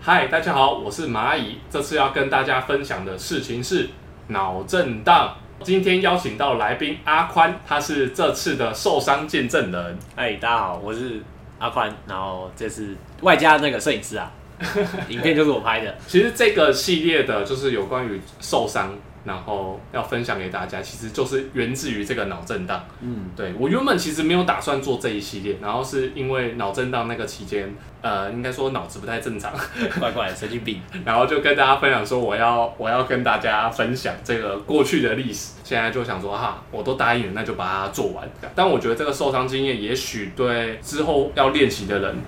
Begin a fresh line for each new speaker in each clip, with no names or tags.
嗨，大家好，我是蚂蚁。这次要跟大家分享的事情是脑震荡。今天邀请到来宾阿宽，他是这次的受伤见证人。
嗨，哎大家好，我是阿宽，然后这是外加那个摄影师 啊，影片就是我拍的。
其实这个系列的就是有关于受伤，然后要分享给大家，其实就是源自于这个脑震荡。
嗯，
对我原本其实没有打算做这一系列，然后是因为脑震荡那个期间，呃，应该说脑子不太正常，
怪怪的神经病。
然后就跟大家分享说，我要我要跟大家分享这个过去的历史。现在就想说哈，我都答应了，那就把它做完。但我觉得这个受伤经验，也许对之后要练习的人，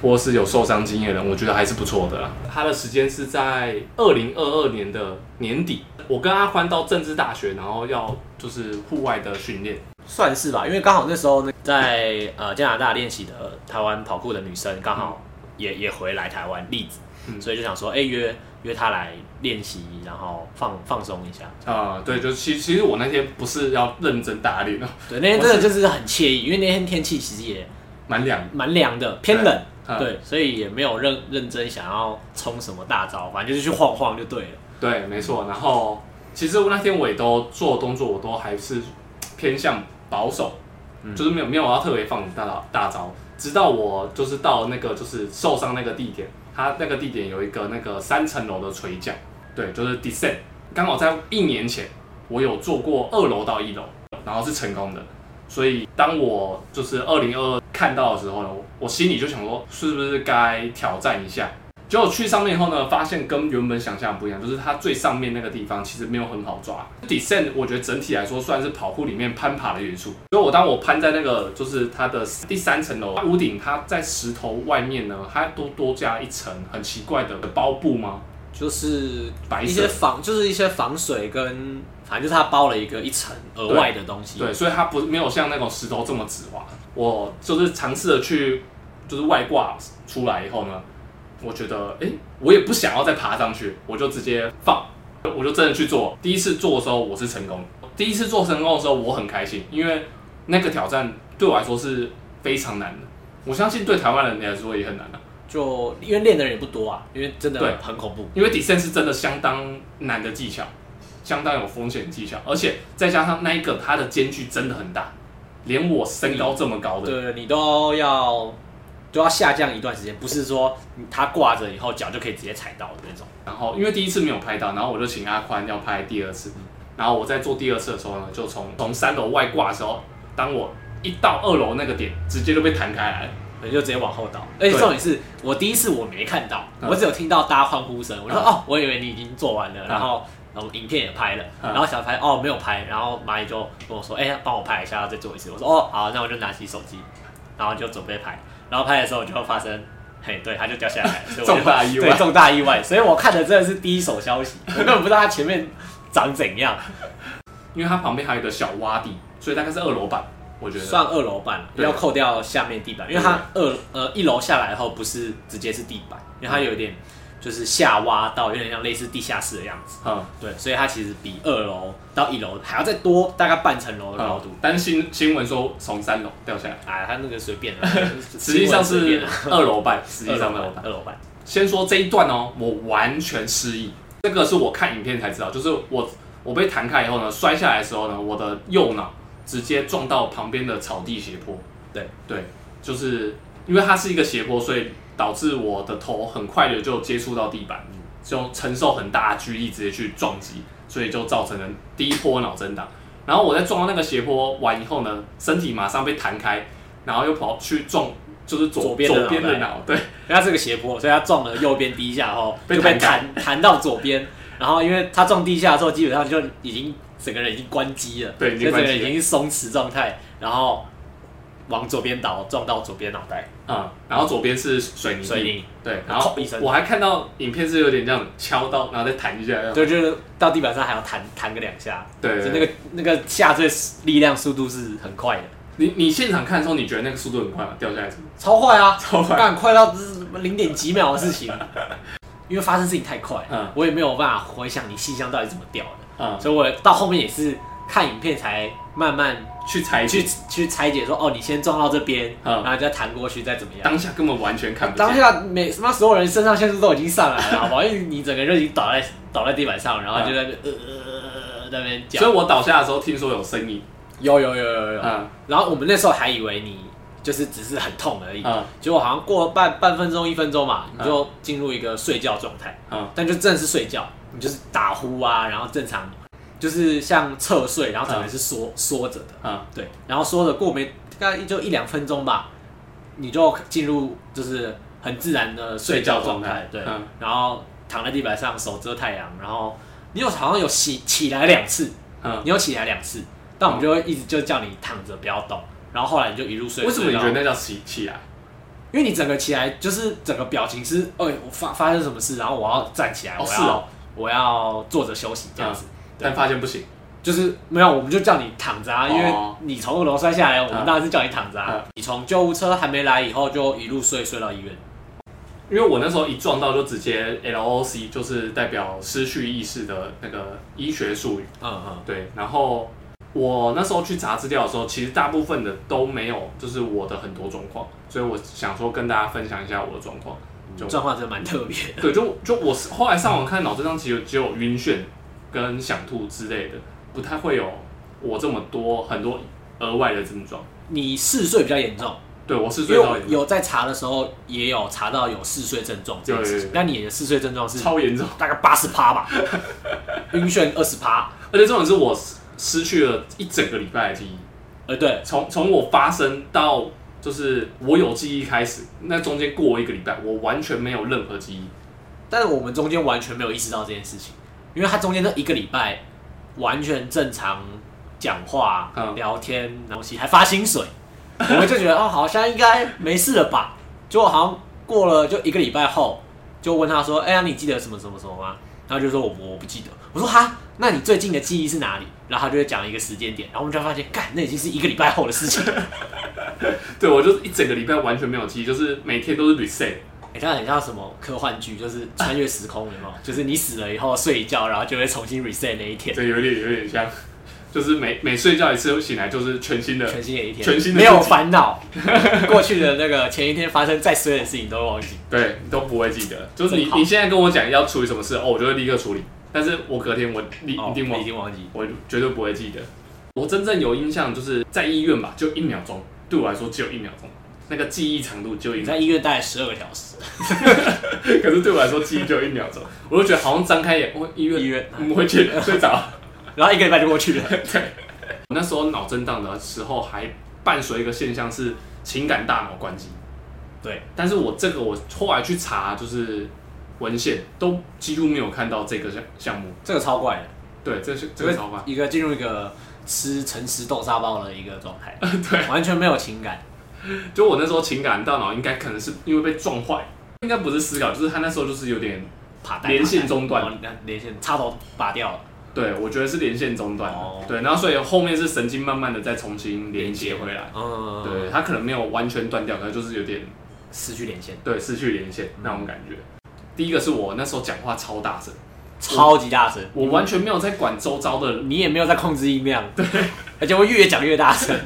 或是有受伤经验的人，我觉得还是不错的啦。他的时间是在二零二二年的年底，我跟阿宽到政治大学，然后要就是户外的训练。
算是吧，因为刚好那时候那在呃加拿大练习的台湾跑酷的女生刚好也、也回来台湾例子，
嗯
所以就想说，哎、约约她来练习，然后放放松一下。
啊、对，就其其实我那天不是要认真打脸哦，
对，那天真的就是很惬意，因为那天天气其实也
蛮凉的。
蛮凉的，偏冷，
嗯
对，所以也没有认认真想要冲什么大招，反正就是去晃晃就对了。
对，没错。然后其实我那天我也都做动作，我都还是偏向保守，
嗯
就是没有没有要特别放大招大招。直到我就是到那个就是受伤那个地点，它那个地点有一个那个三层楼的垂降，对，就是 descent。刚好在一年前，我有做过二楼到一楼，然后是成功的。所以当我就是二零二二看到的时候呢，我我心里就想说，是不是该挑战一下？结果去上面以后呢，发现跟原本想象不一样，就是它最上面那个地方其实没有很好抓。Descent 我觉得整体来说算是跑酷里面攀爬的元素。所以我当我攀在那个就是它的第三层楼它屋顶，它在石头外面呢，它多多加一层很奇怪的包布吗？
就是
白
一
色
些防，就是一些防水跟，反正就是它包了一个一层额外的东西。
对，所以它不没有像那种石头这么直滑。我就是尝试着去，就是外挂出来以后呢，我觉得，诶，我也不想要再爬上去，我就直接放，我就真的去做。第一次做的时候，我是成功的。第一次做成功的时候，我很开心，因为那个挑战对我来说是非常难的。我相信对台湾人来说也很难啊，
就因为练的人也不多啊，因为真
对
的很恐怖。
因为 descent 是真的相当难的技巧，相当有风险的技巧，而且再加上那一个它的间距真的很大，连我身高这么高的
对，你都要都要下降一段时间，不是说你它挂着以后脚就可以直接踩到的那种。
然后因为第一次没有拍到，然后我就请阿宽要拍第二次。然后我在做第二次的时候呢，就从从三楼外挂的时候，当我一到二楼那个点，直接就被弹开来了。
我就直接往后倒，而且重点是我第一次我没看到，
嗯
我只有听到大家欢呼声，我就说
嗯
哦，我以为你已经做完了，
嗯
然后然后影片也拍了，
嗯
然后小拍哦没有拍，然后蚂蚁就跟我说，哎，帮我拍一下，要再做一次，我说哦好，那我就拿起手机，然后就准备拍，然后拍的时候就发生，嘿，对，它就掉下来了，所以我就
重大意外
对，重大意外，所以我看的真的是第一手消息，我根本不知道它前面长怎样，
因为它旁边还有一个小洼地，所以大概是二楼半，我觉得。
算二楼半了，
对
要扣掉下面地板，因为它二呃一楼下来后不是直接是地板，因为它有点就是下挖到有点像类似地下室的样子，
嗯，
对，所以它其实比二楼到一楼还要再多大概半层楼的高度
嗯。但新新闻说从三楼掉下来，
哎，它那个随便了，
啊 实际上
新闻随便
是
啦
二楼半，实际
二
上
楼
二楼
半
半。
二楼半，
先说这一段哦，我完全失忆，这个是我看影片才知道，就是我我被弹开以后呢，摔下来的时候呢，我的右脑直接撞到旁边的草地斜坡。
对
对，就是因为它是一个斜坡，所以导致我的头很快的就接触到地板，就承受很大的巨力直接去撞击，所以就造成了第一波脑震荡。然后我在撞到那个斜坡完以后呢，身体马上被弹开，然后又跑去撞，就是左
左边的
左边的
脑
脑，对，
因为它是个斜坡，所以它撞了右边第一下后
被
就被
弹
弹弹到左边，然后因为它撞地下的时候，基本上就已经整个人已经关机了，
对已
所
经
以整
关
个
机
人已经是松弛状态，然后往左边倒，撞到左边脑袋，
嗯，然后左边是水泥地，
水泥，
对，然后
砰一声
我还看到影片是有点这样敲到，然后再弹一下，
对，就是到地板上还要弹弹个两下，
对
就
对
那
对。
个那个下坠力量速度是很快的，
你你现场看的时候，你觉得那个速度很快吗？掉下来怎么？
超快啊，
超快
干快到零点几秒的 事情，因为发生事情太快，
嗯
我也没有办法回想你信箱到底怎么掉的。
啊、
所以我到后面也是看影片才慢慢
去猜
去
去，
去拆解说，哦，你先撞到这边，
嗯
然后你再弹过去，再怎么样。
当下根本完全看不
当
见。
下每他妈所有人肾上腺素都已经上来了，好不 好？因为你整个人就已经倒在倒在地板上，然后就在那边呃呃呃呃呃在那边叫
所以。我倒下的时候听说有声音，
有有有有有。
嗯
然后我们那时候还以为你就是只是很痛而已，
嗯
结果好像过了半半分钟一分钟嘛，你就进入一个睡觉状态，
嗯
但就真的是睡觉，你就是打呼啊，然后正常就是像侧睡，然后整个是缩缩着的。
嗯，
对，然后说的过没大概就一两分钟吧，你就进入就是很自然的睡觉状态，
睡
对
觉状态，嗯
然后躺在地板上，手遮太阳，然后你有好像有起起来两次，
嗯
你有起来两次，但我们就会一直就叫你躺着不要动，然后后来你就一路睡，
为什么
睡
你
到
觉得那叫起起来？
因为你整个起来就是整个表情是，哎、我发发生什么事，然后我要站起来，
哦
我
是
要、
哦
我要坐着休息这样子。
但发现不行，
就是没有，我们就叫你躺着啊，因为
哦
你从二楼摔下来，我们
嗯
当然是叫你躺着啊。你从救护车还没来以后，就一路睡睡到医院。
因为我那时候一撞到就直接 LOC，就是代表失去意识的那个医学术语。
嗯嗯，
对，然后我那时候去查资料的时候，其实大部分的都没有，就是我的很多状况，所以我想说跟大家分享一下我的状况。 就
状况真的蛮特别的。
对，就就我是后来上网看脑震荡，其实只有晕眩跟想吐之类的，不太会有我这么多很多额外的症状。
你嗜睡比较严重，
对，我是
因
最
为
到
我有在查的时候也有查到有嗜睡症状这件事情
有有有。
那你的嗜睡症状是
超严重，
大概八十趴吧，晕眩二十趴。
而且这种是我失失去了一整个礼拜的记忆。
呃，对，
从从我发生到就是我有记忆开始，那中间过一个礼拜，我完全没有任何记忆。
但是我们中间完全没有意识到这件事情，因为他中间那一个礼拜完全正常讲话、
嗯
聊天，然后还发薪水，我们就觉得哦，好像应该没事了吧？结果好像过了就一个礼拜后，就问他说：“哎、呀，你记得什么什么什么吗？”然后就说我我不记得。我说哈，那你最近的记忆是哪里？然后他就会讲一个时间点，然后我们就发现，干，那已经是一个礼拜后的事情。
对我就是一整个礼拜完全没有记忆，就是每天都是 reset。
欸，它很像什么科幻剧，就是穿越时空，有没有？就是你死了以后睡一觉，然后就会重新 reset 那一天，
对，有点有点像，就是每每睡觉一次醒来就是全新的，
全新的一天，
全新的
没有
自己
烦恼， 过去的那个前一天发生再衰的事情都会忘记。
对，都不会记得。就是你
真好
你现在跟我讲要处理什么事，哦，我就会立刻处理，但是我隔天我立
哦
一定忘
已，经忘记。
我绝对不会记得。我真正有印象就是在医院吧，就一秒钟，对我来说只有一秒钟，那个记忆长度就一
你
秒钟
在医院待了十二个小时，
可是对我来说，记忆就一秒钟，我就觉得好像张开眼，哦，医院，
医院
我们回 去睡着。
然后一个礼拜就过去 了。
我那时候脑震荡的时候，还伴随一个现象是情感大脑关机。
对，
但是我这个我后来去查，就是文献都几乎没有看到这个项项目。
这个超怪的，
对，这是这个超法。
一个进入一个吃诚实豆沙包的一个状态，
对，
完全没有情感。
就我那时候情感大脑应该可能是因为被撞坏，应该不是思考，就是他那时候就是有点，
爬带
连线中，断
爬带然后连线插头拔掉了，
对我觉得是连线中断了。
哦
对，然后所以后面是神经慢慢的再重新连接回来。
嗯，
对，，它可能没有完全断掉，可能就是有点
失去连线，
对，失去连线那种感觉。第一个是我那时候讲话超大声，
超级大声，
我完全没有在管周遭的人，
你也没有在控制音量，对，而且会越讲越大声，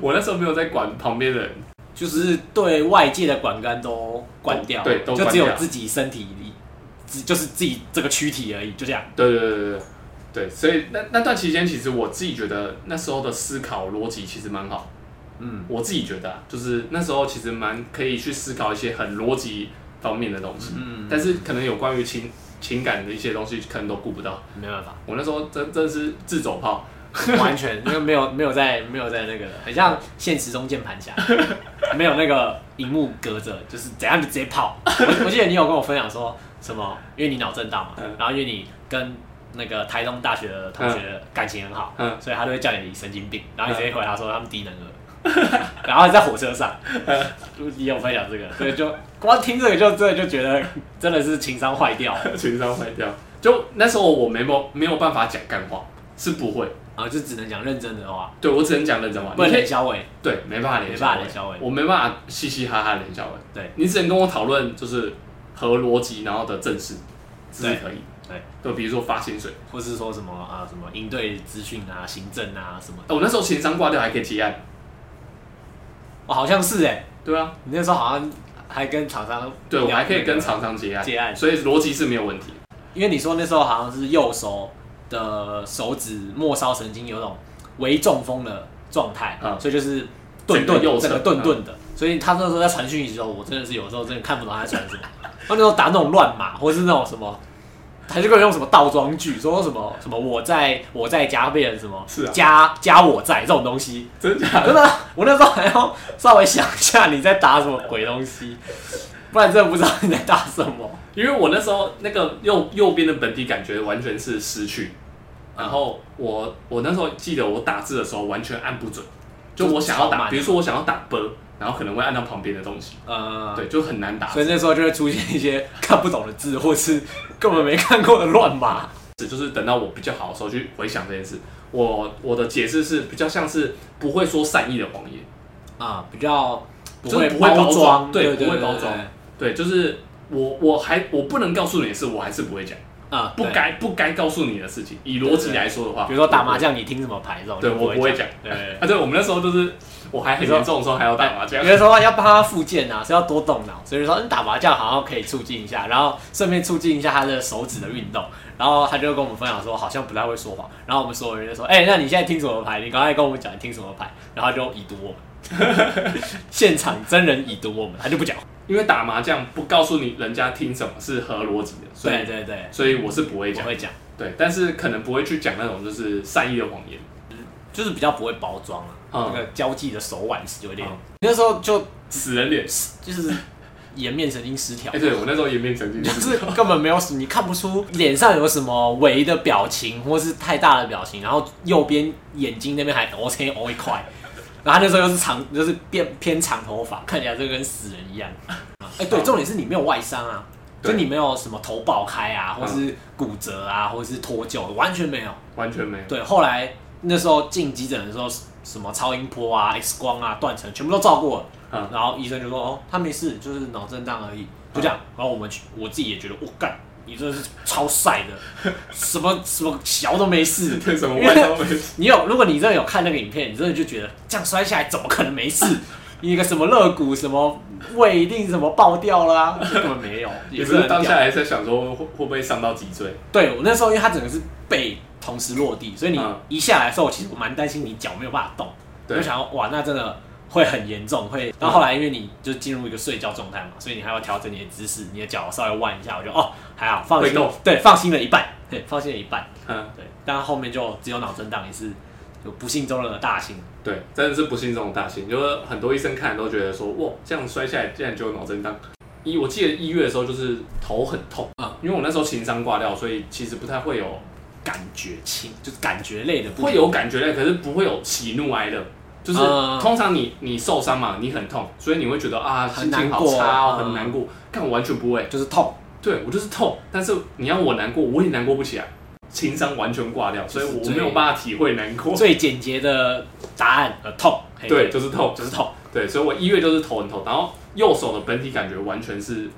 我那时候没有在管旁边的人。
就是对外界的管干都关掉，
对都
就
关掉
只有自己身体里，只就是自己这个躯体而已，就这样。
对对对对对对，所以那那段期间，其实我自己觉得那时候的思考逻辑其实蛮好。
嗯，
我自己觉得、啊，就是那时候其实蛮可以去思考一些很逻辑方面的东西，
嗯
但是可能有关于情情感的一些东西，可能都顾不到。
没办法，
我那时候真真的是自走炮，
完全因为没有没有在没有在那个，很像现实中键盘侠，没有那个荧幕隔着，就是怎样就直接跑。我我记得你有跟我分享说什么，因为你脑震荡嘛，
嗯
然后因为你跟那个台东大学的同学感情很好，
嗯，
所以他就会叫你神经病，然后你直接回答说他们低能儿， 然后在火车上，
嗯
你有分享这个，所以就光听这个就真的就觉得真的是情商坏掉，然
情商坏掉。就那时候我没有没有办法讲干话，是不会。
后就只能讲认真的话，
对我只能讲认真话，
不
你
能
可
冷
以
笑伟，
对没办法
没
连
办法冷笑伟，
我没办法嘻嘻哈哈连笑伟。
对
你只能跟我讨论就是合逻辑，然后的正事，这是可以。
对，
就比如说发薪水，
或是说什么啊什么应对资讯啊、行政啊什么的。
呃我那时候情商挂掉还可以提案，
哦，好像是哎、
对啊，
你那时候好像还跟厂商
对我还可以跟厂
厂，
商结
结案
案，所以逻辑是没有问题。
因为你说那时候好像是右手的手指末梢神经有种微中风的状态，
嗯
所以就是
整
顿
个
顿
右侧嗯
整个顿顿的。所以他那时候在传讯息的时候，我真的是有时候真的看不懂他在传什么。他那时候打那种乱码，或是那种什么，还是个人用什么倒装句，说什么什么我在我在家变成什么
是啊
加加我在这种东西，
真假
真
的？
的，我那时候还要稍微想一下你在打什么鬼东西，不然真的不知道你在打什么。
因为我那时候那个右右边的本体感觉完全是失去，然后我我那时候记得我打字的时候完全按不准，就我想要
就是超慢
打，
的
比如说我想要打波，然后可能会按到旁边的东西，
呃，
对，就很难打
所以那时候就会出现一些看不懂的字，或是根本没看过的乱码。
字，就是等到我比较好的时候去回想这件事。我我的解释是比较像是不会说善意的谎言，
啊，比较不
就是
会
不会包
装，
装
对
对不会包装对，就是我我还我不能告诉你的事，我还是不会讲，
啊，
不
对。
该不该告诉你的事情，以逻辑来说的话，
比如说打
我
麻将，你听什么牌这种，
对
你
我不会
讲哎
讲。
对对，
啊，对，我们那时候就是我还很严重的时候还要打麻将
有，的时候要帮他复健啊，是要多动脑，所以说嗯打麻将好像可以促进一下，然后顺便促进一下他的手指的运动。然后他就跟我们分享说，好像不太会说谎。然后我们所有人就说，哎、那你现在听什么牌？你刚才跟我们讲你听什么牌，然后他就已读我们，现场真人已读我们，他就不讲。
因为打麻将不告诉你人家听什么是合逻辑的，所
对
以
对对，
所以我是不会
我
讲，
会讲，
对，但是可能不会去讲那种就是善意的谎言，
就是比较不会包装啊，
嗯
那个交际的手腕是有点
嗯，
那时候就
死人脸。
就是颜面神经失调
哎，。对我那时候颜面神 经
就
失
是根本没有什，你看不出脸上有什么微的表情，或是太大的表情，然后右边眼睛那边还 O K O 一块，然后他那时候又是长，就是变偏长头发，看起来就跟死人一样。哎、对，重点是你没有外伤啊，就
对
你没有什么头爆开啊，或
嗯
是骨折啊，或是脱臼，完全没有。
完全没有。
对，后来那时候进急诊的时候，什么超音波啊、X 光啊、断层全部都照过了，
嗯
然后医生就说哦，他没事，就是脑震荡而已，就这样。
嗯
然后我们去，我自己也觉得，我、哦干，你真的是超晒的， 什么什么小都没事。
对什么外伤没有？
你有，如果你真的有看那个影片，你真的就觉得这样摔下来怎么可能没 事？一个什么肋骨什么胃一定什么爆掉啦、啊，根本没有，
也
也
不
是很
是当
屌
下还在想说会会不会伤到脊椎？
对我那时候，因为它整个是背同时落地，所以你
嗯
一下来的时候，其实我蛮担心你脚没有办法动，我
对
就想要哇，那真的会很严重，会。到后来因为你就进入一个睡觉状态嘛，所以你还要调整你的姿势，你的脚稍微弯一下，我就哦还好，放心
会动，
对，放心了一半，对，放心了一半，
嗯，
对。但后面就只有脑震荡，也是有不幸中的大幸。
对，真的是不幸中的大幸，就是很多医生看了都觉得说，哇，这样摔下来竟然就有脑震荡。一我记得一月的时候就是头很痛，
嗯
因为我那时候情商挂掉，所以其实不太会有
感觉轻，就是感觉类的不
会有感觉的，可是不会有喜怒哀乐。就是、
嗯
通常你你受伤嘛，你很痛，所以你会觉得啊
很
心
难
情好
过
差哦，
嗯
很难过。但我完全不会，
就是痛，
对我就是痛，但是你要我难过，我也难过不起来，情商完全挂掉，所以
就是
我
最
没有办法体会难过。
最简洁的答案呃痛，嘿
对，就是痛，
就是痛，
对，所以我一月就是头很痛，然后右手的本体感觉完全是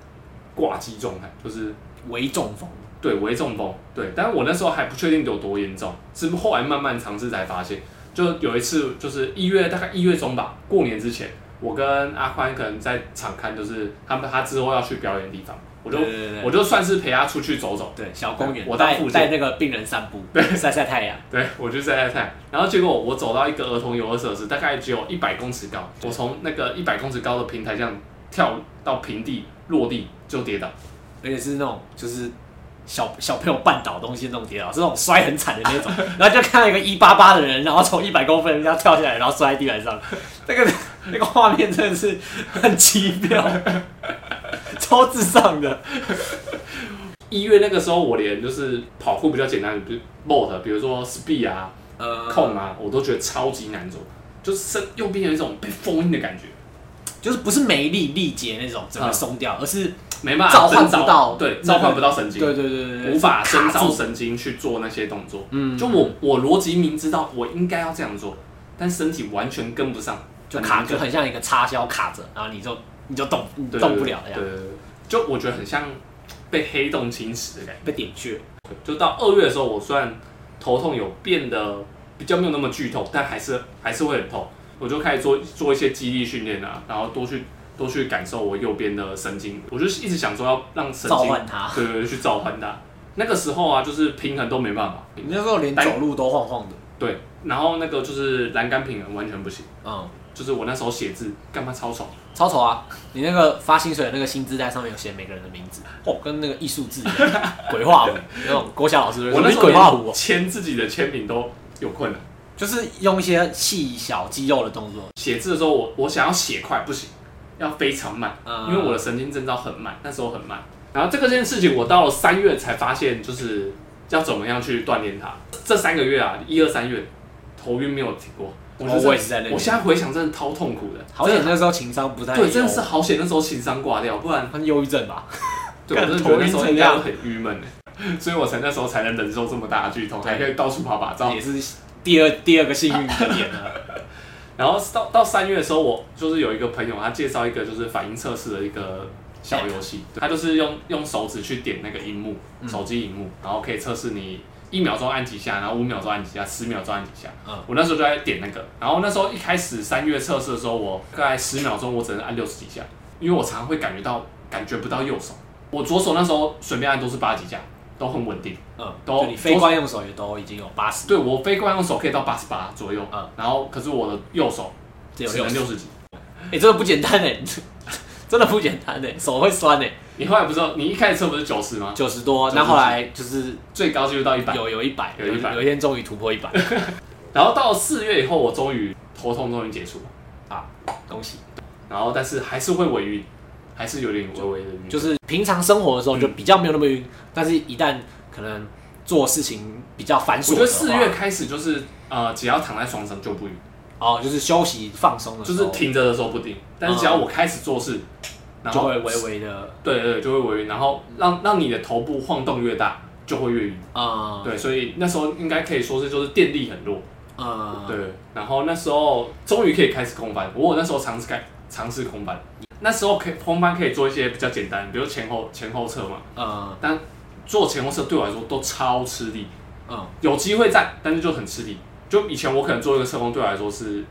挂机状态，就是
微中风。
对微中风，对，但是我那时候还不确定有多严重，是后来慢慢尝试才发现，就有一次就是一月大概一月中吧，过年之前，我跟阿宽可能在场看，就是他们他之后要去表演的地方，我就
对对对对
我就算是陪他出去走走，
对，小公园，
我当
带
副
带
监
那个病人散步，对，晒晒太阳，
对，我就晒晒太阳，然后结果我走到一个儿童游乐设施，大概只有一百公尺高，我从那个一百公尺高的平台这样跳到平地落地就跌倒，
而且是那种就是小小朋友绊倒东西的那种跌倒，是那种摔很惨的那 种，然后就看到一个一八八的人，然后从一百公分人家跳下来，然后摔在地板上，那个那个画面真的是很奇 妙，超智障的，
一月那个时候，我连就是跑酷比较简单的，比如 boat，比如说 speed 啊、
呃
控啊，我都觉得超级难走，就是身右边有一种被封印的感觉，
就是不是没力力竭那种，整个松掉，而是
没办法
召唤不
征召
到那
对，
个
召唤不到神经，
嗯对对对对，
无法伸
卡
招
住
神经去做那些动作。
嗯
就我我逻辑明知道我应该要这样做，但身体完全跟不上，
就
很
卡，
难
就很像一个插销卡着，然后你就你就动你
对
动不了这样
对，，对对对就我觉得很像被黑洞侵蚀的感觉。
被点穴。
就到二月的时候，我虽然头痛有变得比较没有那么剧痛，但还是还是会很痛。我就开始做做一些肌力训练啊，然后多去多去感受我右边的神经。我就是一直想说要让神
召
经
唤它。
对对对去召唤它。那个时候啊，就是平衡都没办法，
你那时候连走路都晃晃的，
对，然后那个就是栏杆平衡完全不行，
嗯，
就是我那时候写字干嘛超爽，
超丑啊！你那个发薪水的那个薪资单上面有写每个人的名字，哦，跟那个艺术字一样， 鬼画符那种国小老师就会说，
我那
你
时候
鬼画符
连
哦，
签自己的签名都有困难。
就是用一些细小肌肉的动作，
写字的时候我我想要写快不行，要非常慢，
嗯
因为我的神经征兆很慢，那时候很慢。然后这个件事情我到了三月才发现，就是要怎么样去锻炼它。这三个月啊，一二三月头晕没有停过，我就是
哦我也是在那里
我现在回想真的超痛苦的，
好险那时候情商不太
真的对，真的是
优
好险那时候情商挂掉，不然
他忧郁症吧？
对，我
干
真的觉得那时候应该
头
会
晕
很郁闷欸 所以我才那时候才能忍受这么大的剧痛，
对
还可以到处爬爬照。
也是第二第二个幸运的点啊了，
然后到到三月的时候，我就是有一个朋友，他介绍一个就是反应测试的一个小游戏，他就是用用手指去点那个荧幕，
嗯
手机荧幕，然后可以测试你一秒钟按几下，然后五秒钟按几下，十秒钟按几下。
嗯
我那时候就在点那个，然后那时候一开始三月测试的时候，我大概十秒钟我只能按六十几下，因为我常常会感觉到感觉不到右手，我左手那时候随便按都是八几下，都很稳定。
嗯，
都
就你非惯用手也都已经有八十，
对我非惯用手可以到八十八左右，
嗯
然后可是我的右手
只有
只能
六十，
六十几。
啊哎，真的不简单哎， 真的不简单哎，手会酸哎，
你后来不是你一开始测不是九十吗？
九十多，啊那后来就是
最高就是到一百。
有有一百，
有一百
有一天终于突破一百
然后到四月以后，我终于头痛终于结束了，
啊， 恭喜！
然后但是还是会微晕，还是有点微微的晕。
就是平常生活的时候
嗯
就比较没有那么晕，但是一旦可能做事情比较繁琐
我觉
的话，
得四月开始就是呃，只要躺在床上就不晕，
哦，就是休息放松的时
就
候，
是停着的时候不晕，但是只要我开始做事，然
哦就
后
会微微的
对对对就会微晕，然后让让你的头部晃动越大就会越晕。
啊，
对，所以那时候应该可以说是就是电力很弱。
啊，
对，然后那时候终于可以开始空翻，我有那时候尝试开尝试空翻，那时候可以空翻可以做一些比较简单，比如前后前后侧嘛，
嗯
但做前后侧对我来说都超吃力，
嗯，
有机会站，但是就很吃力。就以前我可能做一个侧空，对我来说是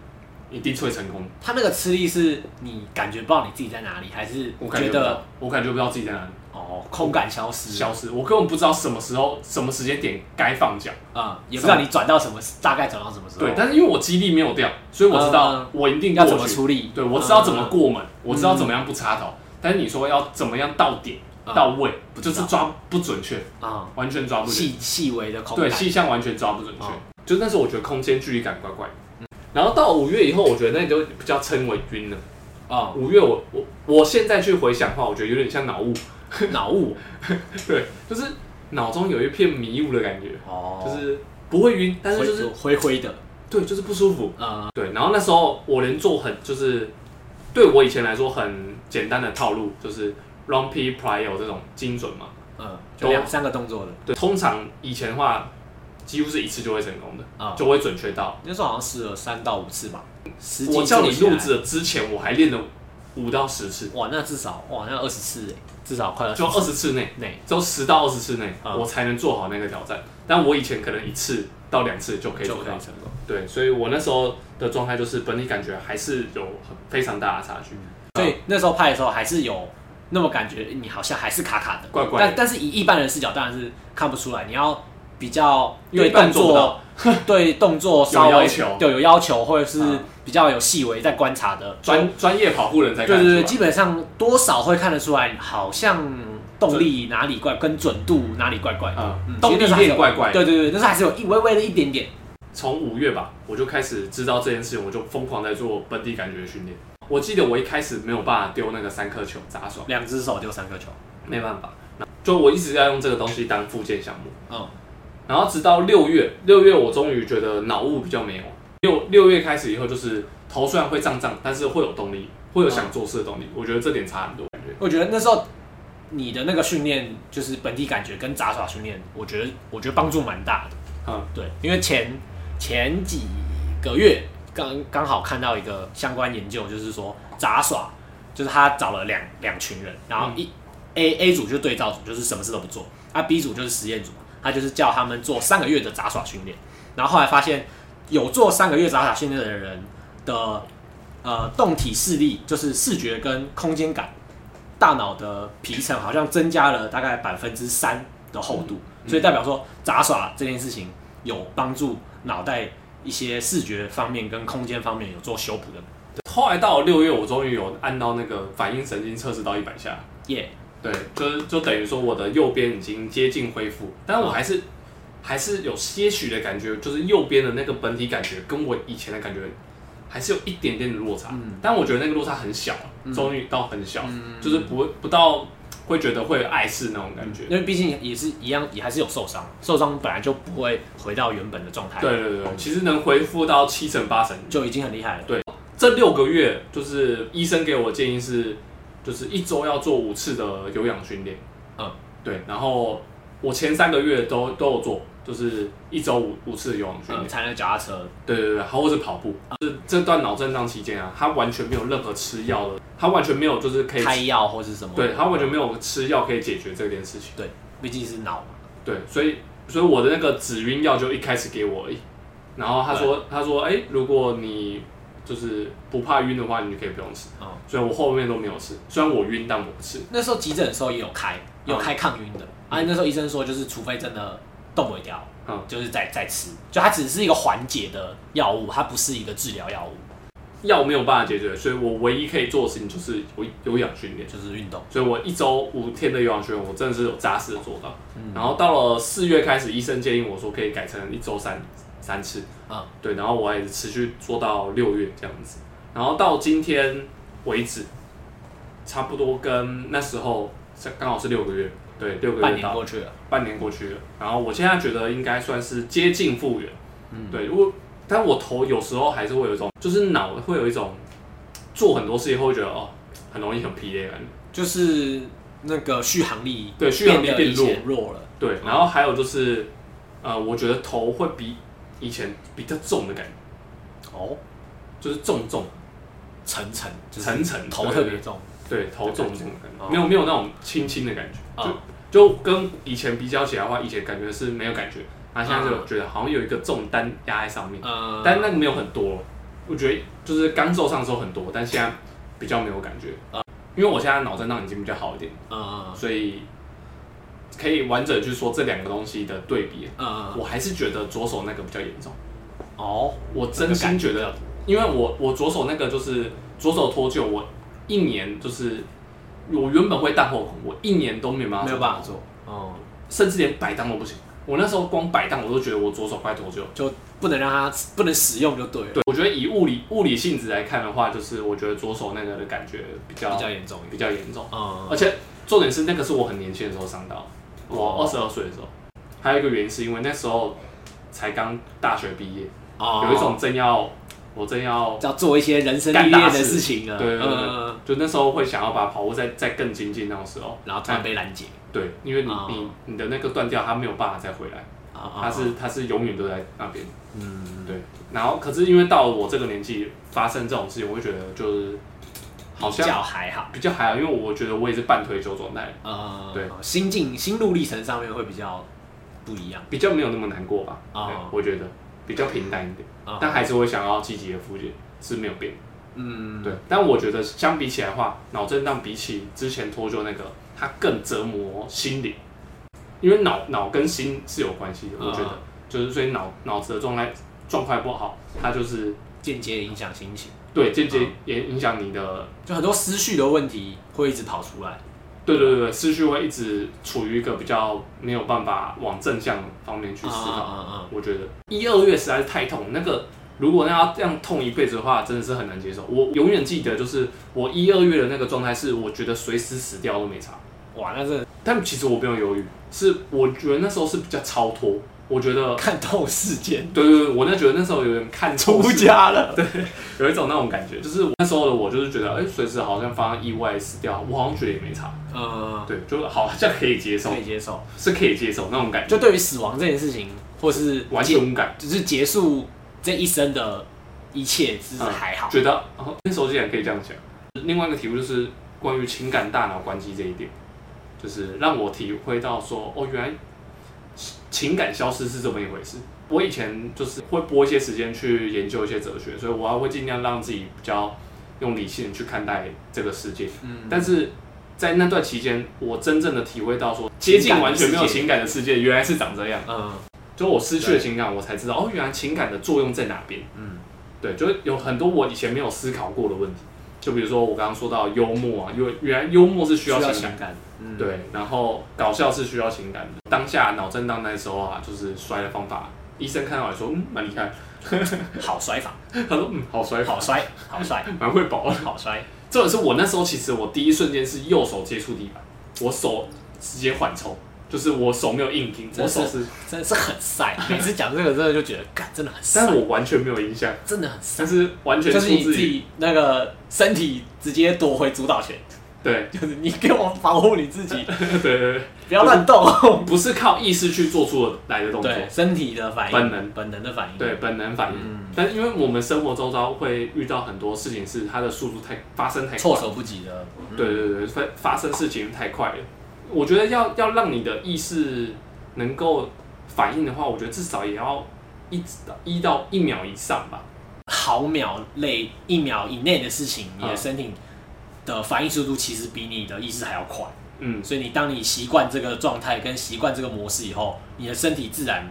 一定会成功的，
他那个吃力是你感觉不到你自己在哪里，还是
我感觉
觉
不到
得，
我感觉不到自己在哪里
哦空感消失
消失，我根本不知道什么时候、什么时间点该放脚。
啊，也不知道你转到什么，大概转到什么时候，
对，但是因为我肌力没有掉，所以我知道
嗯
我一定
要
过
怎么
去
处理？
对，我知道怎么
嗯
过门，我知道怎么样不插头，但是你说要怎么样到点、
嗯
到位，
不知
就
道
是抓不准确，
啊，
完全抓不准，
细细微的空
对，
感，
细项完全抓不准确
嗯。
就那时候我觉得空间距离感怪怪的，然后到五月以后，我觉得那就比较称为晕了。
哦，
五月我我我现在去回想的话，我觉得有点像脑雾，
脑雾
对，就是脑中有一片迷雾的感觉，
哦，
就是不会晕，但是
灰
就是
灰灰的，
对，就是不舒服。
呃，
对，然后那时候我连做很就是对我以前来说很简单的套路，就是 round p prior 这种精准嘛。
嗯，就两三个动作的
对，通常以前的话，几乎是一次就会成功的，
啊，
就会准确到。
那时候好像试了三到五次吧。实际
我叫你
做起来
录制的之前，我还练了五到十次，
哇，那至少哇，那二十次哎，至少快了
就二十次内，
内
就十到二十次内，
啊
我才能做好那个挑战。但我以前可能一次到两次就可以
就
做
可
到
以。成功。
对，所以我那时候的状态就是本体感觉还是有很非常大的差距。
所以那时候拍的时候还是有那么感觉，你好像还是卡卡的，
怪怪的
但但是以一般人视角当然是看不出来，你要比较
因为
对
一般人
动
做不
作
到
对动作稍微
有要求
对有要求，或者是
嗯
比较有细微在观察的
专专业跑步人才
对
干得
对
出来
对，基本上多少会看得出来，好像动力哪里怪，跟准度哪里怪怪的。
啊
嗯，
动力
其实那时候还是有
链怪怪的
对对对，但是还是有一微微的一点点。
从五月吧，我就开始知道这件事情，我就疯狂在做本地感觉的训练。我记得我一开始没有办法丢那个三颗球杂耍，
两只手丢三个球，
没办法，就我一直在用这个东西当附件项目。
嗯，
然后直到六月，六月我终于觉得脑雾比较没有。六六月开始以后，就是头虽然会胀胀，但是会有动力，会有想做事的动力。我觉得这点差很多，感觉
我觉得那时候你的那个训练，就是本地感觉跟杂耍训练，我觉得我觉得帮助蛮大的。
嗯，
对，因为前前几个月刚刚好看到一个相关研究，就是说杂耍，就是他找了两两群人，然后一、A A 组就是对照组，就是什么事都不做；啊 B 组就是实验组，他就是叫他们做三个月的杂耍训练，然后后来发现有做三个月杂耍训练的人的呃动体视力，就是视觉跟空间感，大脑的皮层好像增加了大概百分之三的厚度，
嗯
所以代表说杂耍这件事情有帮助脑袋一些视觉方面跟空间方面有做修补的
后来到了六月，我终于有按到那个反应神经测试到一百下，
耶
对，就是就等于说我的右边已经接近恢复，但我还是、还是有些许的感觉，就是右边的那个本体感觉跟我以前的感觉还是有一点点的落差，
嗯
但我觉得那个落差很小，啊终于到很小，就是不会不到会觉得会有碍事那种感觉。
因为毕竟也是一样，也还是有受伤，受伤本来就不会回到原本的状态，
对，对对，其实能恢复到七成八成。
就已经很厉害了。
这六个月，就是医生给我建议是，就是一周要做五次的有氧训练。
嗯，
对。然后我前三个月都都有做，就是一周五五次的有氧训
嗯，
练。
踩了脚踏车，
对对对，还或是跑步。就是这段脑震荡期间啊，他完全没有任何吃药的，他完全没有就是可以，
开药或是什么，
对他完全没有吃药可以解决这件事情。
对，毕竟是脑嘛，
对，所以所以我的那个止晕药就一开始给我而已，然后他说他说哎、如果你就是不怕晕的话，你就可以不用吃。
哦
所以我后面都没有吃，虽然我晕，但我不吃。
那时候急诊的时候也有开，
嗯
有开抗晕的。啊，那时候医生说，就是除非真的动不掉，
嗯
就是再再吃，就它只是一个缓解的药物，它不是一个治疗药物，
药没有办法解决，所以我唯一可以做的事情就是有有氧训练。
就是运动。
所以我一周五天的有氧训练，我真的是有扎实的做到。然后到了四月开始，医生建议我说可以改成一周三三次。
嗯，
对，然后我也是持续做到六月这样子，然后到今天为止，差不多跟那时候是刚好是六个月，对，六个
半
月
年
到
过去了，
半年过去了，然后我现在觉得应该算是接近复原，
嗯
对，我但我头有时候还是会有一种，就是脑会有一种做很多事情后会觉得哦，很容易很疲累的感觉，
就是那个续航力
对续航力
变得
变
以
弱
前弱了，
对，然后还有就是，呃，我觉得头会比以前比较重的感觉，
哦，
就是重重，
沉沉，就是
沉沉
头
对
特
对
别重，
对，头重重的感
哦
觉，没有没有那种轻轻的感觉，
嗯
就就跟以前比较起来的话，以前感觉是没有感觉，那现在就
嗯
觉得好像有一个重担压在上面，
呃，
但那个没有很多，我觉得就是刚受伤的时候很多，但现在比较没有感觉，
啊
因为我现在脑震荡已经比较好一点，
呃
所以可以完整地去说这两个东西的对比，
呃
我还是觉得左手那个比较严重，
哦，
我真心觉得，因为我我左手那个就是左手脱臼，我一年就是我原本会大后孔，我一年都没有办法，
没有办法，做，哦，
甚至连摆荡都不行。我那时候光摆荡，我都觉得我左手快脱臼。
就不能让它不能使用就对了，
对，我觉得以物理物理性质来看的话，就是我觉得左手那个的感觉比较
比较严重一
比
点，
较严重，
嗯
而，且重点是那个是我很年轻的时候伤到，
哦
我二十二岁的时候。还有一个原因是因为那时候才刚大学毕业，
哦
有一种正要我正要
要做一些人生历练的事情了，
对对对对
嗯
就那时候会想要把跑步再再更精进那种时候，哎
然后突然被拦截，
对，因为你、
哦
你你的那个断掉，它没有办法再回来，
啊
它嗯是它是永远都在那边。
嗯，
对，然后可是因为到了我这个年纪发生这种事情，我会觉得就是好
比
像
较还好，
比较还好，因为我觉得我也是半退休状态，
呃，
对，
心境心路历程上面会比较不一样
比较没有那么难过吧。
哦
对我觉得比较平淡一点，
啊，
但还是会想要积极的复健，是没有变。
嗯，
对，但我觉得相比起来的话，脑震荡比起之前脱臼那个，它更折磨心灵，因为脑脑跟心是有关系的，我觉得、
嗯
就是所以脑脑子的状态状态不好，它就是
间接影响心情，
对间
啊
接也影响你的，
就很多思绪的问题会一直跑出来，
对对对对，思绪会一直处于一个比较没有办法往正向方面去思考。
啊
我觉得一二月实在是太痛，那个如果那要这样痛一辈子的话，真的是很难接受。我永远记得，就是我一二月的那个状态是，我觉得随时死掉都没差。
哇，那真的
但其实我没有犹豫，是我觉得那时候是比较超脱，我觉得，
看透世 间，
对对对，我那觉得那时候有点看
出
透世
家了，对，
有一种那种感觉，就是那时候的我就是觉得，哎、随时好像发生意外死掉，我好像觉得也没差，
呃，
对，就好像可以接受
可，以接受，
是可以接受那种感觉，
就对于死亡这件事情，或是
完全无感，
只是结束这一生的一切，是
嗯
还好，
觉得、哦、那时候竟然可以这样想。另外一个题目就是关于情感大脑关机这一点，就是让我体会到说，哦，原来情感消失是这么一回事。我以前就是会拨一些时间去研究一些哲学，所以我还会尽量让自己比较用理性去看待这个世界。
嗯
但是在那段期间，我真正的体会到说，接近完全没有情感的世界原来是长这样。
嗯
就我失去了情感，我才知道哦，原来情感的作用在哪边。
嗯，
对，就是有很多我以前没有思考过的问题，就比如说我刚刚说到幽默啊，因为原来幽默是需要情感，
感，嗯，
对，然后搞笑是需要情感的。当下脑震荡那时候啊，就是摔的方法，医生看到也说，嗯，蛮厉害，
好摔法，
他说，嗯，好摔法，
好摔，好摔，
蛮会保的。
好摔，
重点是我那时候其实我第一瞬间是右手接触地板，我手直接缓冲，就是我手没有硬拼，我
真是
手是，
真的是很晒。每次讲这个，真的就觉得，干，真的很晒
但，我完全没有影响，
真的很晒
但。是完全
就
出
是你自
自于
己那个身体直接夺回主导权，
对
就是你给我保护你自己，
对对对，
不要乱动。
不是靠意识去做出来的动作，
对，身体的反应，
本能
本能的反应。
对，本能反应。
嗯
但因为我们生活周遭会遇到很多事情，是它的速度太发生太快
措，手不及的。嗯
对对对，发发生事情太快了。我觉得要要让你的意识能够反应的话，我觉得至少也要一一到一秒以上吧。
毫秒内一秒以内的事情，你的
嗯
身体的反应速度其实比你的意识还要快。
嗯，
所以你当你习惯这个状态跟习惯这个模式以后，你的身体自然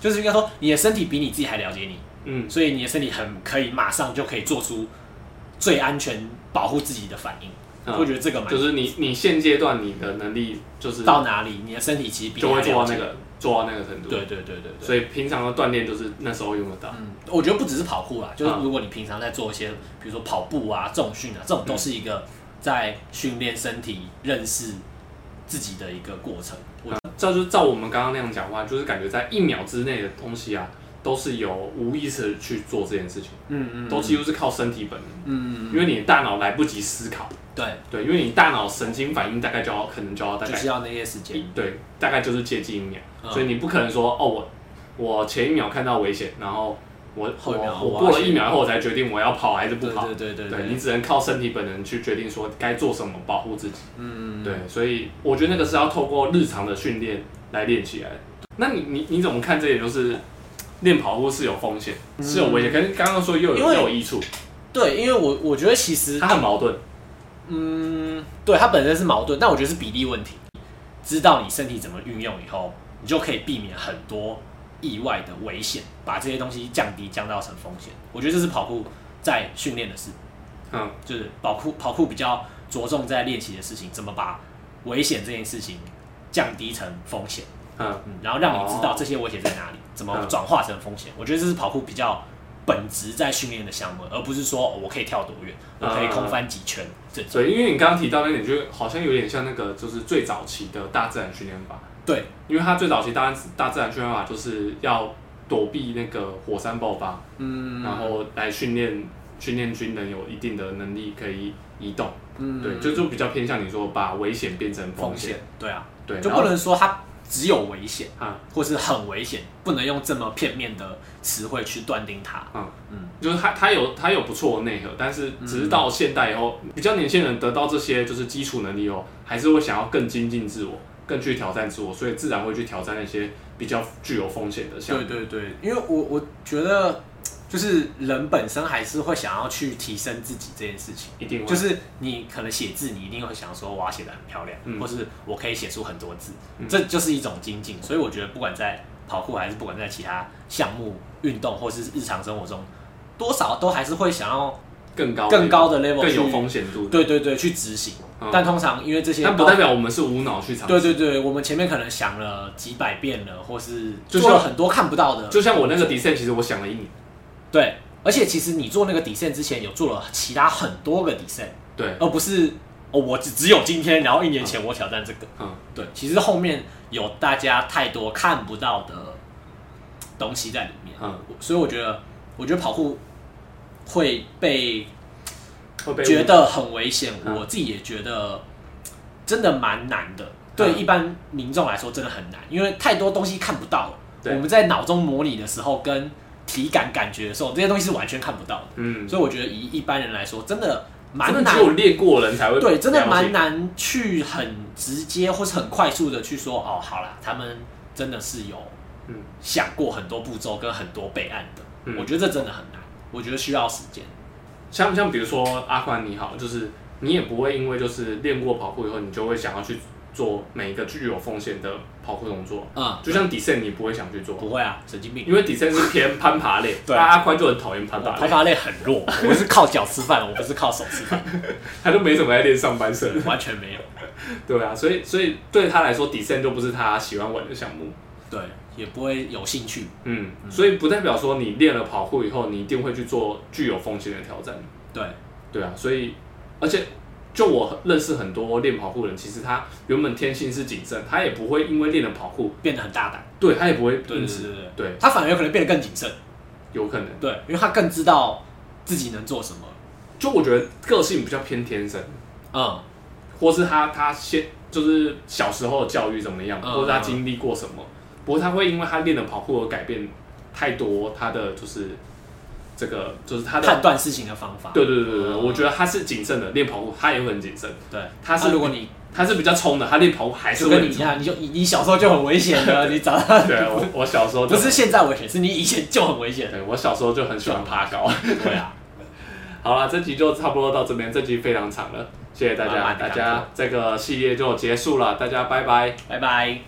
就是应该说你的身体比你自己还了解你，
嗯，
所以你的身体很可以马上就可以做出最安全保护自己的反应。我
嗯
觉得这个蛮
就是你你现阶段你的能力就是
到哪里，你的身体其实比
就会
你还
做
了
到
解
那。个做到那个程度。
对对对对对。
所以平常的锻炼就是那时候用得到。
嗯，我觉得不只是跑酷啦，就是
嗯
如果你平常在做一些，比如说跑步啊、重训啊，这种都是一个在训练身体、认识自己的一个过程。我
照就是照我们刚刚那样讲话，就是感觉在一秒之内的东西啊，都是有无意识地去做这件事情，
嗯嗯
都几乎是靠身体本能，
嗯嗯，
因为你的大脑来不及思考，
对，
对，因为你大脑神经反应大概就要可能就要大
就
概
是要那些时
一
间，
对，大概就是接近一秒，
嗯
所以你不可能说哦我我前一秒看到危险，然后我
后
我
一秒
我
我
过
要
了
去
一秒后我才决定我要跑还是不
对
跑，
对对对
对你只能靠身体本能去决定说该做什么保护自己。
嗯，
对，所以我觉得那个是要透过日常的训练来练起来的。那你你你怎么看这点？就是练跑步是有风险，是有危险，跟刚刚说又有
嗯因为
又有益处，
对，因为我我觉得其实
它很矛盾。
嗯，对，它本身是矛盾，但我觉得是比例问题。知道你身体怎么运用以后，你就可以避免很多意外的危险，把这些东西降低，降到成风险。我觉得这是跑酷在训练的事，
嗯
就是跑酷跑酷比较着重在练习的事情，怎么把危险这件事情降低成风险，
嗯
嗯，然后让你知道
哦
这些危险在哪里，怎么
嗯
转化成风险。我觉得这是跑酷比较本质在训练的项目，而不是说、哦我可以跳多远，我可以空翻几圈这种。
所以因为你刚刚提到那点，就好像有点像那个就是最早期的大自然训练法，
对，
因为它最早期大自大自然训练法就是要躲避那个火山爆发，
嗯
然后来训练训练军人有一定的能力可以移动。
嗯
对，就就比较偏向你说把危险变成风
风
险
险。，对啊，
对，
就
然
不
后
能说它只有危险
啊。
或是很危险，不能用这么片面的词汇去断定它。
嗯
嗯
就是它它有它有不错的内核，但是直到现代以后，比较年轻人得到这些就是基础能力后，还是会想要更精进自我，更去挑战自我，所以自然会去挑战那些比较具有风险的项目。
对对，因为我我觉得就是人本身还是会想要去提升自己这件事情。
一定会
就是你可能写字，你一定会想说我要写的很漂亮，
嗯
或是我可以写出很多字，
嗯
这就是一种精进。所以我觉得不管在跑酷还是不管在其他项目、运动或是日常生活中，多少都还是会想要
更高
更高的 level
哦更有
去
风险度。，
对对对，去执行。
嗯
但通常因为这些
但
都
不代表我们是无脑去尝试。
对对对，我们前面可能想了几百遍了，或是
就
做了
像
很多看不到的。
就像我那个 descent，其实我想了一年。
对，而且其实你做那个底线之前，有做了其他很多个底线，
对，
而不是哦，我只只有今天，然后一年前我挑战这个。
嗯，
对，其实后面有大家太多看不到的东西在里面，
嗯，
所以我觉得，我觉得跑酷会被
会被
觉得很危险，
嗯
我自己也觉得真的蛮难的。对
嗯
一般民众来说，真的很难，因为太多东西看不到了。
对
我们在脑中模拟的时候，跟体感感觉的时候，这些东西是完全看不到的。
嗯，
所以我觉得，以一般人来说，真的蛮
真的
难
只有练过的人才会
对，真的蛮
了
难去很直接或是很快速的去说哦，好啦，他们真的是有
嗯
想过很多步骤跟很多备案的。
嗯
我觉得这真的很难，我觉得需要时间。
像像比如说阿宽你好，就是你也不会因为就是练过跑步以后，你就会想要去做每一个具有风险的跑酷动作，
嗯，
就像 descent 你不会想去做，
不会啊，神经病。
因为 descent 是偏攀爬类，
对
但阿宽就很讨厌
我
攀爬
排
类，
法类很 弱，我是靠脚吃饭，我不是靠手吃饭，
他就没怎么在练上半身，
完全没有。
对啊，所以所以对他来说 descent 就不是他喜欢玩的项目，
对，也不会有兴趣。
嗯，所以不代表说你练了跑酷以后，你一定会去做具有风险的挑战。
对，
对啊，所以而且就我认识很多练跑酷的人，其实他原本天性是谨慎，他也不会因为练了跑酷，
变得很大胆。
对他也不会
对
因
对
此
对对，
对
他反而有可能变得更谨慎。
有可能。
对，因为他更知道自己能做什么。
就我觉得个性比较偏天生，
嗯，
或是他他先就是小时候的教育怎么样，
嗯
或者他经历过什么，不过他会因为他练了跑酷而改变太多他的就是这个就是他
判
的。
断事情的方法。
对对对对对，
嗯
我觉得他是谨慎的，练跑酷他也会很谨慎。
对，
他是
那啊如果你
他是比较冲的，他练跑酷还是
就
会
跟
很
你一
冲。
样，你就你你小时候就很危险 的，你长大
对，我我小时候就
不是现在危险，是你以前就很危险。
对我小时候就很喜欢爬高。
对啊，
好啦，这集就差不多到这边，这集非常长了，谢谢大家，
慢慢地
大
赶
家这个系列就结束了，大家拜拜。
拜拜。